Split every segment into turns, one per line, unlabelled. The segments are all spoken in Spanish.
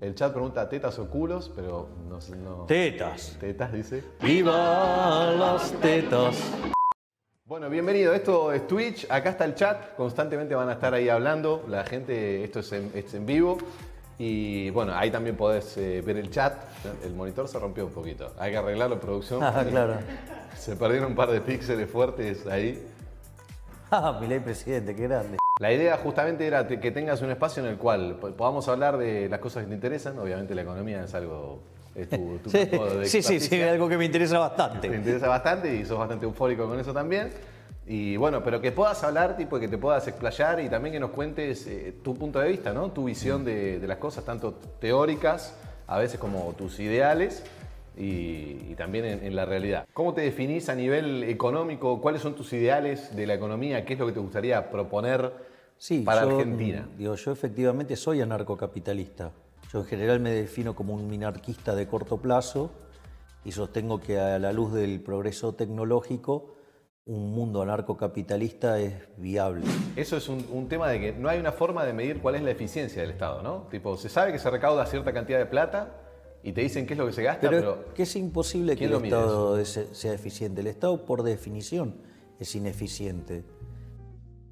El chat pregunta tetas o culos, pero no. no-
Tetas.
Tetas, dice.
¡Viva las tetas!
Bueno, bienvenido. Esto es Twitch. Acá está el chat. Constantemente van a estar ahí hablando. La gente, esto es en, es en vivo. Y bueno, ahí también podés eh, ver el chat. El monitor se rompió un poquito. Hay que arreglarlo, producción.
Ah, claro.
Se perdieron un par de píxeles fuertes ahí.
Ah, Milei presidente, qué grande.
La idea justamente era te- que tengas un espacio en el cual po- podamos hablar de las cosas que te interesan. Obviamente la economía es algo... Es tu, tu
Sí,
campo de
sí, sí, sí,
experticia.
algo que me interesa
Te
bastante.
interesa bastante y sos bastante eufórico con eso también. Y bueno, pero que puedas hablar, tipo, que te puedas explayar y también que nos cuentes eh, tu punto de vista, ¿no? Tu visión de, de las cosas, tanto teóricas, a veces como tus ideales y, y también en, en la realidad. ¿Cómo te definís a nivel económico? ¿Cuáles son tus ideales de la economía? ¿Qué es lo que te gustaría proponer
Sí,
para
yo,
Argentina?
mm, Digo, yo efectivamente soy anarcocapitalista. Yo en general me defino como un minarquista de corto plazo y sostengo que a la luz del progreso tecnológico, un mundo anarcocapitalista es viable.
Eso es un, un tema de que no hay una forma de medir cuál es la eficiencia del Estado, ¿no? Tipo, se sabe que se recauda cierta cantidad de plata y te dicen qué es lo que se gasta,
Pero,
pero
es que es imposible que
¿Quién
el
lo mide
Estado es- sea eficiente. El Estado, por definición, es ineficiente.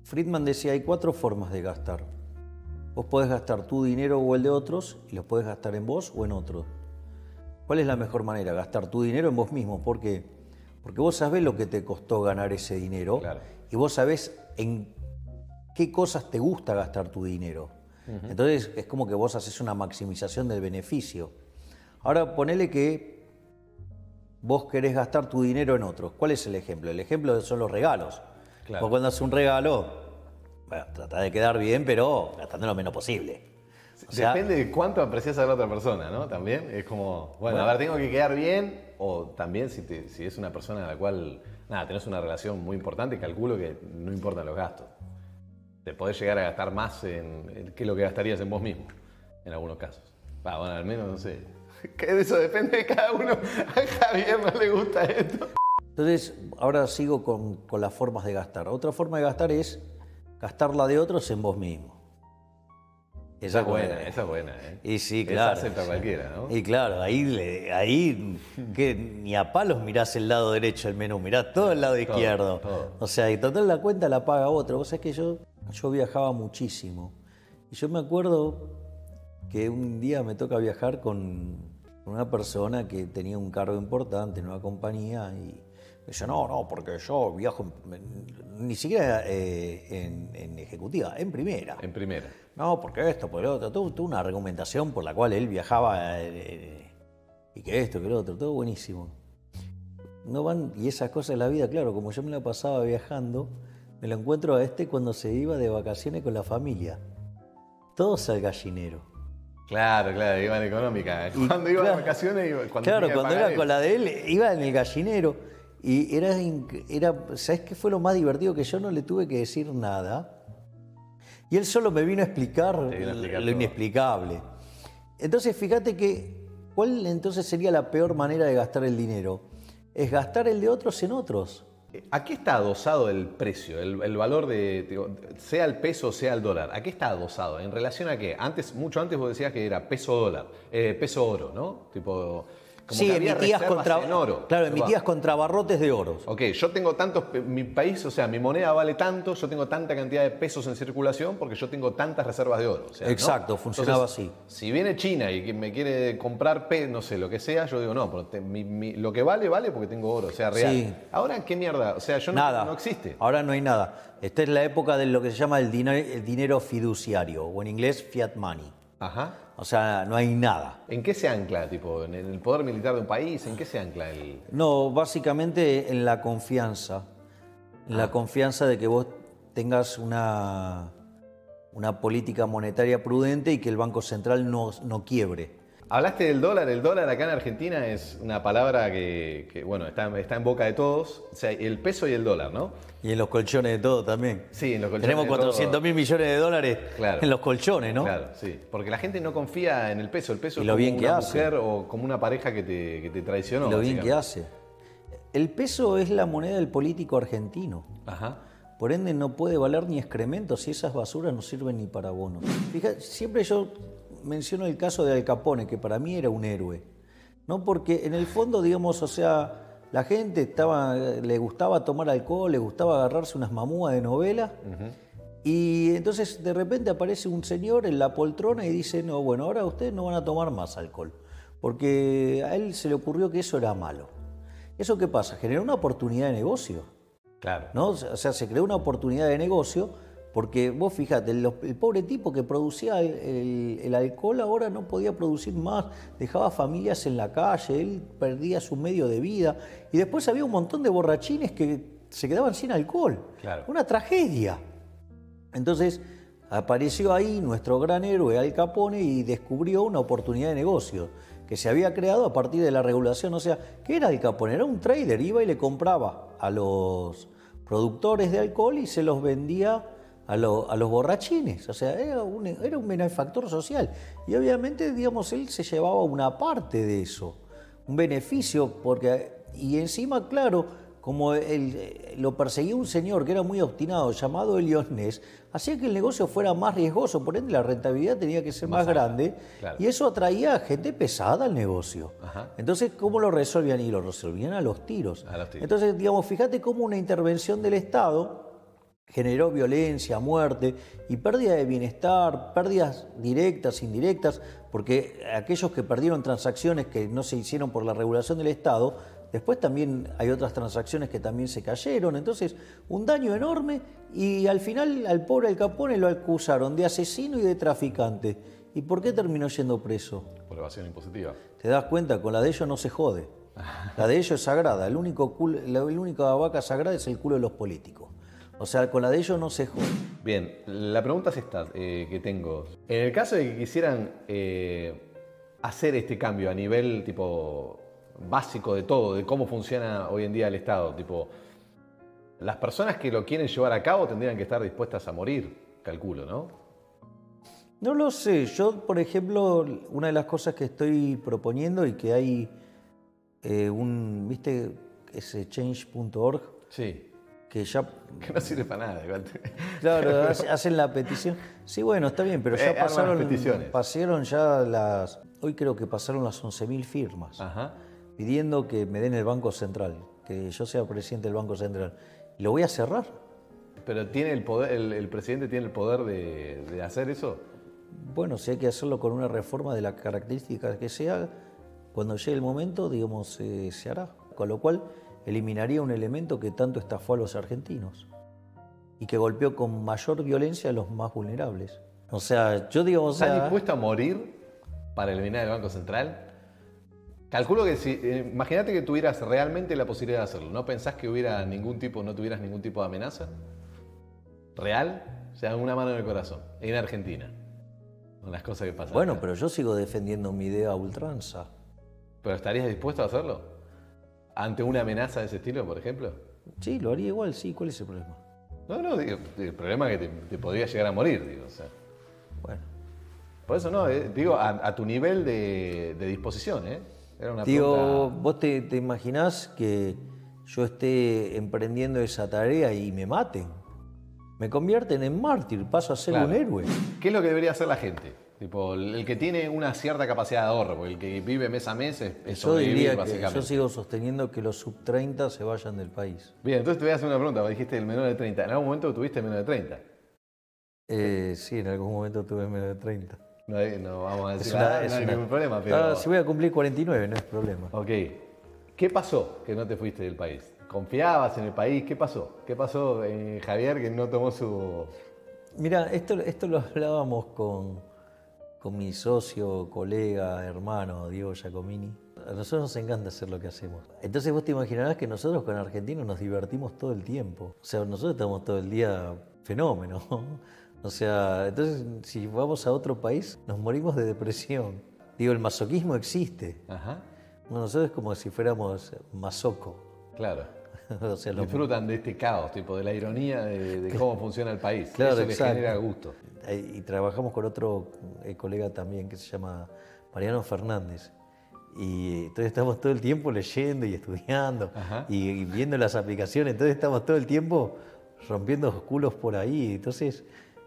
Friedman decía, hay cuatro formas de gastar. Vos podés gastar tu dinero o el de otros y los podés gastar en vos o en otro. ¿Cuál es la mejor manera? Gastar tu dinero en vos mismo. ¿Por qué? Porque vos sabés lo que te costó ganar ese dinero
Claro.
y vos sabés en qué cosas te gusta gastar tu dinero. Entonces es como que vos haces una maximización del beneficio. Ahora ponele que vos querés gastar tu dinero en otros. ¿Cuál es el ejemplo? El ejemplo son los regalos.
Claro.
Vos cuando haces un regalo, bueno, trata de quedar bien, pero gastando lo menos posible. O sea,
Depende de cuánto aprecias a la otra persona, ¿no? También es como, bueno, a ver, tengo que quedar bien, o también si, te- si es una persona a la cual, nada, tenés una relación muy importante, calculo que no importan los gastos. Te podés llegar a gastar más en, en que lo que gastarías en vos mismo, en algunos casos. Va, bueno, al menos no sé. Que de eso depende de cada uno. A Javier no le gusta esto.
Entonces, ahora sigo con, con las formas de gastar. Otra forma de gastar es gastar la de otros en vos mismo.
Esa es
como-
buena, esa es buena, ¿eh?
Y sí,
Esa
claro.
acepta cualquiera, ¿no?
Y claro, ahí, le- ahí que ni a palos mirás el lado derecho del menú, mirás todo el lado izquierdo.
todo.
O sea, y total la cuenta la paga otro. Vos sabés que yo, yo viajaba muchísimo. Y yo me acuerdo que un día me toca viajar con una persona que tenía un cargo importante en una compañía y me dice, no, no, porque yo viajo en- ni siquiera eh, en- en ejecutiva, en primera.
En primera.
No, porque esto, por lo otro. Tuvo, tuvo una argumentación por la cual él viajaba eh, eh, y que esto, que lo otro. Todo buenísimo. No van, y esas cosas de la vida, claro, como yo me la pasaba viajando, me lo encuentro a este cuando se iba de vacaciones con la familia. Todos al gallinero.
Claro, claro, iba en económica. Cuando iba
claro.
de vacaciones, iba, cuando
claro,
tenía que
cuando
pagar
era con la de él, iba en el gallinero. Y era, inc- era, ¿sabes qué fue lo más divertido? Que yo no le tuve que decir nada. Y él solo me vino a explicar,
Te vino a explicar
lo
todo.
inexplicable. Entonces, fíjate que, ¿cuál entonces sería la peor manera de gastar el dinero? Es gastar el de otros en otros.
¿A qué está adosado el precio, el, el valor de, digo, sea el peso, sea el dólar? ¿A qué está adosado? ¿En relación a qué? Antes, mucho antes vos decías que era peso dólar, eh, peso oro, ¿no? Tipo, como que había reservas en oro.
Claro,
Tipo,
emitías contra barrotes de oro.
Ok, yo tengo tantos, pe- mi país, o sea, mi moneda vale tanto, yo tengo tanta cantidad de pesos en circulación porque yo tengo tantas reservas de oro. o sea, ¿no?
Exacto, funcionaba
así. Si viene China y que me quiere comprar, pe- no sé, lo que sea, yo digo, no, pero te- mi- mi- lo que vale, vale porque tengo oro, o sea, real.
Sí.
Ahora, ¿qué mierda? O sea, yo no-
Nada.
no existe.
Ahora no hay nada. Esta es la época de lo que se llama el, dina- el dinero fiduciario, o en inglés fiat money.
Ajá.
O sea, no hay nada.
¿En qué se ancla, tipo, en el poder militar de un país? ¿En qué se ancla el...?
No, básicamente en la confianza. En
Ah.
la confianza de que vos tengas una, una política monetaria prudente y que el Banco Central no, no quiebre.
Hablaste del dólar, el dólar acá en Argentina es una palabra que, que, bueno, está, está en boca de todos. O sea, el peso y el dólar, ¿no?
Y en los colchones de todo también.
Sí, en los colchones
Tenemos
de todo.
400 mil millones de dólares
Claro.
en los colchones, ¿no?
Claro, sí. Porque la gente no confía en el peso. El peso
Y
es
lo
como
bien que
una
hace.
mujer o como una pareja que te, que te traicionó.
Y lo bien que
básicamente.
hace. El peso es la moneda del político argentino.
Ajá.
Por ende, no puede valer ni excremento si esas basuras no sirven ni para abono. Fija, siempre yo menciono el caso de Al Capone, que para mí era un héroe. ¿no? Porque en el fondo, digamos, o sea, la gente estaba, le gustaba tomar alcohol, le gustaba agarrarse unas mamúas de novela. Y entonces de repente aparece un señor en la poltrona y dice, no, bueno, ahora ustedes no van a tomar más alcohol, porque a él se le ocurrió que eso era malo. ¿Eso qué pasa? Generó una oportunidad de negocio.
Claro.
¿no? O sea, se creó una oportunidad de negocio porque vos fijate, el, el pobre tipo que producía el, el- el alcohol ahora no podía producir más, dejaba familias en la calle, él perdía su medio de vida y después había un montón de borrachines que se quedaban sin alcohol.
Claro.
Una tragedia. Entonces apareció ahí nuestro gran héroe Al Capone y descubrió una oportunidad de negocio que se había creado a partir de la regulación. O sea, ¿qué era Al Capone? Era un trader, iba y le compraba a los productores de alcohol y se los vendía a, lo- a los borrachines. O sea, era un, era un benefactor social. Y obviamente, digamos, él se llevaba una parte de eso un beneficio, porque, y encima, claro, como el- eh, lo perseguía un señor que era muy obstinado, llamado Elios Ness, hacía que el negocio fuera más riesgoso, por ende la rentabilidad tenía que ser más, grande,
claro.
y eso atraía a gente pesada al negocio.
Ajá.
Entonces, ¿cómo lo resolvían? Y lo resolvían a los tiros.
A los tiros.
Entonces, digamos, fíjate cómo una intervención del Estado generó violencia, muerte y pérdida de bienestar, pérdidas directas, indirectas, porque aquellos que perdieron transacciones que no se hicieron por la regulación del Estado, después también hay otras transacciones que también se cayeron, entonces un daño enorme y al final al pobre Al Capone lo acusaron de asesino y de traficante. ¿Y por qué terminó yendo preso?
Por evasión impositiva.
Te das cuenta, con la de ellos no se jode. La de ellos es sagrada. El único cul- la única vaca sagrada es el culo de los políticos. O sea, con la de ellos no se jode.
Bien, la pregunta es esta eh, que tengo. En el caso de que quisieran eh, hacer este cambio a nivel tipo básico de todo, de cómo funciona hoy en día el Estado, tipo, las personas que lo quieren llevar a cabo tendrían que estar dispuestas a morir, calculo, ¿no?
No lo sé. Yo, por ejemplo, una de las cosas que estoy proponiendo y que hay eh, un, viste, ese change.org,
Sí.
que ya,
Que no sirve para nada. igual.
claro, hace- hacen la petición. Sí, bueno, está bien, pero
Eh,
ya
arman las
pasaron,
peticiones.
pasaron ya las, hoy creo que pasaron las 11.000 firmas.
Ajá.
pidiendo que me den el Banco Central, que yo sea presidente del Banco Central. Y lo voy a cerrar.
Pero tiene el poder, el, el presidente tiene el poder de, de hacer eso.
Bueno, si hay que hacerlo con una reforma de las características que sea, cuando llegue el momento, digamos, eh, se hará. Con lo cual, eliminaría un elemento que tanto estafó a los argentinos y que golpeó con mayor violencia a los más vulnerables. O sea, yo digo, o
¿Estás
sea,
dispuesto a morir para eliminar el Banco Central? Calculo que si. eh, Imagínate que tuvieras realmente la posibilidad de hacerlo. ¿No pensás que hubiera ningún tipo, no tuvieras ningún tipo de amenaza? ¿Real? O sea, una mano en el corazón. En Argentina. Con las cosas que pasan.
bueno,
acá.
pero yo sigo defendiendo mi idea a ultranza.
¿Pero estarías dispuesto a hacerlo? ¿Ante una amenaza de ese estilo, por ejemplo?
Sí, lo haría igual, sí, ¿cuál es el problema?
No, no, digo, el problema es que te, te podría llegar a morir, digo. o sea.
Bueno.
Por eso no, eh, digo, a, a tu nivel de, de disposición, ¿eh? Era una
Digo,
pregunta-
¿vos te, te imaginás que yo esté emprendiendo esa tarea y me maten? Me convierten en mártir, paso a ser
Claro.
un héroe.
¿Qué es lo que debería hacer la gente? Tipo, el el que tiene una cierta capacidad de ahorro, porque el que vive mes a mes es, es
Yo
sobrevivir,
diría que
básicamente.
yo sigo sosteniendo que los sub 30 se vayan del país.
Bien, entonces te voy a hacer una pregunta, me dijiste el menor de 30. En algún momento tuviste menor de 30.
Eh, sí, en algún momento tuve menos de 30.
No, hay- no vamos a decir
Es
nada,
una- es
no hay
una-
ningún problema, pero...
Ah, Si voy a cumplir 49, no es problema.
Ok. ¿Qué pasó que no te fuiste del país? ¿Confiabas en el país? ¿Qué pasó? ¿Qué pasó en Javier que no tomó su...
Mira, esto, esto lo hablábamos con, con mi socio, colega, hermano, Diego Giacomini. A nosotros nos encanta hacer lo que hacemos. Entonces vos te imaginarás que nosotros con argentinos nos divertimos todo el tiempo. O sea, nosotros estamos todo el día fenómeno. O sea, entonces si vamos a otro país nos morimos de depresión. Digo, el masoquismo existe.
Ajá,
Nosotros es como si fuéramos masoco.
claro.
O sea, los
Disfrutan de este caos, tipo, de la ironía de, de cómo funciona el país.
Claro,
Eso les
exacto.
genera gusto.
Eh, Y trabajamos con otro eh, colega también que se llama Mariano Fernández. Y entonces estamos todo el tiempo leyendo y estudiando
Ajá.
y, y viendo las aplicaciones. Entonces estamos todo el tiempo rompiendo los culos por ahí. Entonces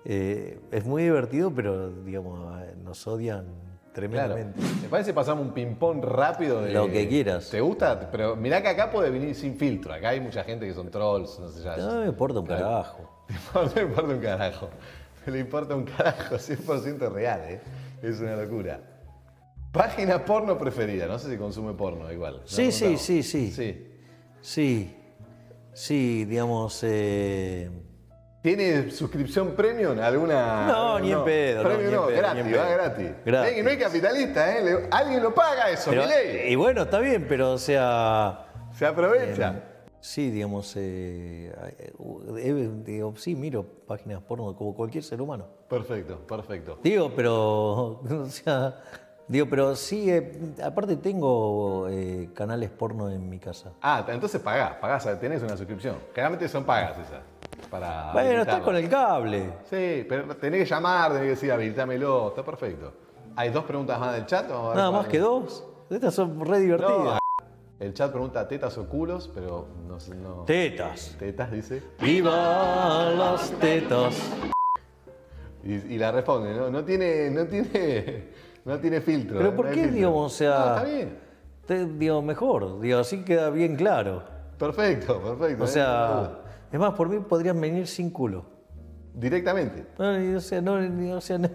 Eh, es muy divertido, pero digamos, nos odian
Claro.
tremendamente.
Me parece pasamos un ping-pong rápido de.
Lo que quieras.
¿Te gusta? Pero mirá que acá puede venir sin filtro. Acá hay mucha gente que son trolls, no sé ya.
No me importa un carajo.
No le importa un carajo. No le importa un carajo, 100% real, ¿eh? Es una locura. Página porno preferida, no sé si consume porno igual.
Sí,
No,
sí,
no.
sí, sí.
Sí.
Sí, sí, digamos. eh,
¿Tiene suscripción premium? ¿Alguna?
No, ni en pedo, no,
Premium
ni en
no,
pedo,
gratis,
ni en
va
pedo.
gratis.
Gratis.
Ven, y no hay capitalista, ¿eh? Le- Alguien lo paga eso,
pero- eh,
Milei.
y bueno, está bien, pero o sea.
Se aprovecha.
Sí, digamos. eh, eh, eh, digo, sí, miro páginas porno como cualquier ser humano.
Perfecto, perfecto.
Digo, pero. O sea. Digo, pero sí, eh, aparte tengo eh, canales porno en mi casa.
Ah, t- entonces pagás, pagás, tenés una suscripción. Generalmente son pagas esas. Para
Bueno, estás
habilitarlo.
con Ah, el cable.
Sí, pero tenés que llamar, tenés que decir habilítamelo, está perfecto. Hay dos preguntas más del chat. vamos a ver
Nada
cuál-
más que dos. Estas son re
No,
divertidas.
el chat pregunta tetas o culos, pero no sé, no.
Tetas.
tetas, dice.
¡Viva las tetas!
Y, y la responde, ¿no? No tiene, no tiene, no tiene filtro.
Pero
¿eh?
¿por
No hay
qué,
filtro.
digamos, o sea-
No, está bien.
Te- digo, mejor, digo, así queda bien claro.
Perfecto, perfecto.
O
¿eh?
sea, es más, por mí podrían venir sin culo.
Directamente.
No, y, o sea, no, ni- o sea, no,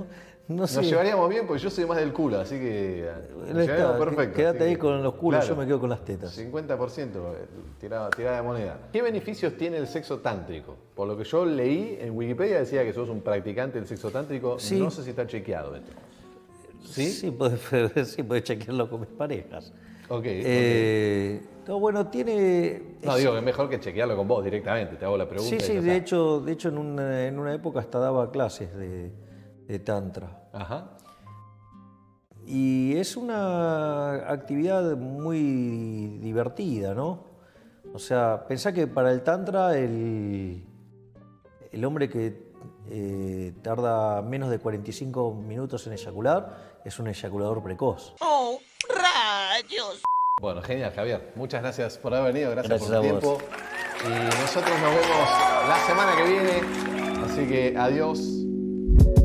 no sé.
Nos llevaríamos bien porque yo soy más del culo, así que. eh,
No
Nos
está,
llevaríamos
que-
perfecto.
Quédate
así
ahí
que-
con los culos,
Claro.
yo me quedo con las tetas.
50% tirada, tirada de moneda. ¿Qué beneficios tiene el sexo tántrico? Por lo que yo leí en Wikipedia decía que sos un practicante del sexo tántrico.
Sí.
No sé si está chequeado esto. ¿Sí?
Sí, podés, sí, podés chequearlo con mis parejas.
Ok.
Eh, no, bueno, tiene.
no, digo que es mejor que chequearlo con vos directamente. Te hago la pregunta.
sí,
y
sí,
ya
de
está.
hecho, de hecho en, una, en una época hasta daba clases de, de Tantra.
Ajá.
Y es una actividad muy divertida, ¿no? O sea, pensá que para el Tantra el, el hombre que eh, tarda menos de 45 minutos en eyacular es un eyaculador precoz.
Oh, rayos.
Bueno, genial, Javier. Muchas gracias por haber venido. Gracias,
Gracias
por tu
a vos.
tiempo. Y nosotros nos vemos la semana que viene. Así que adiós.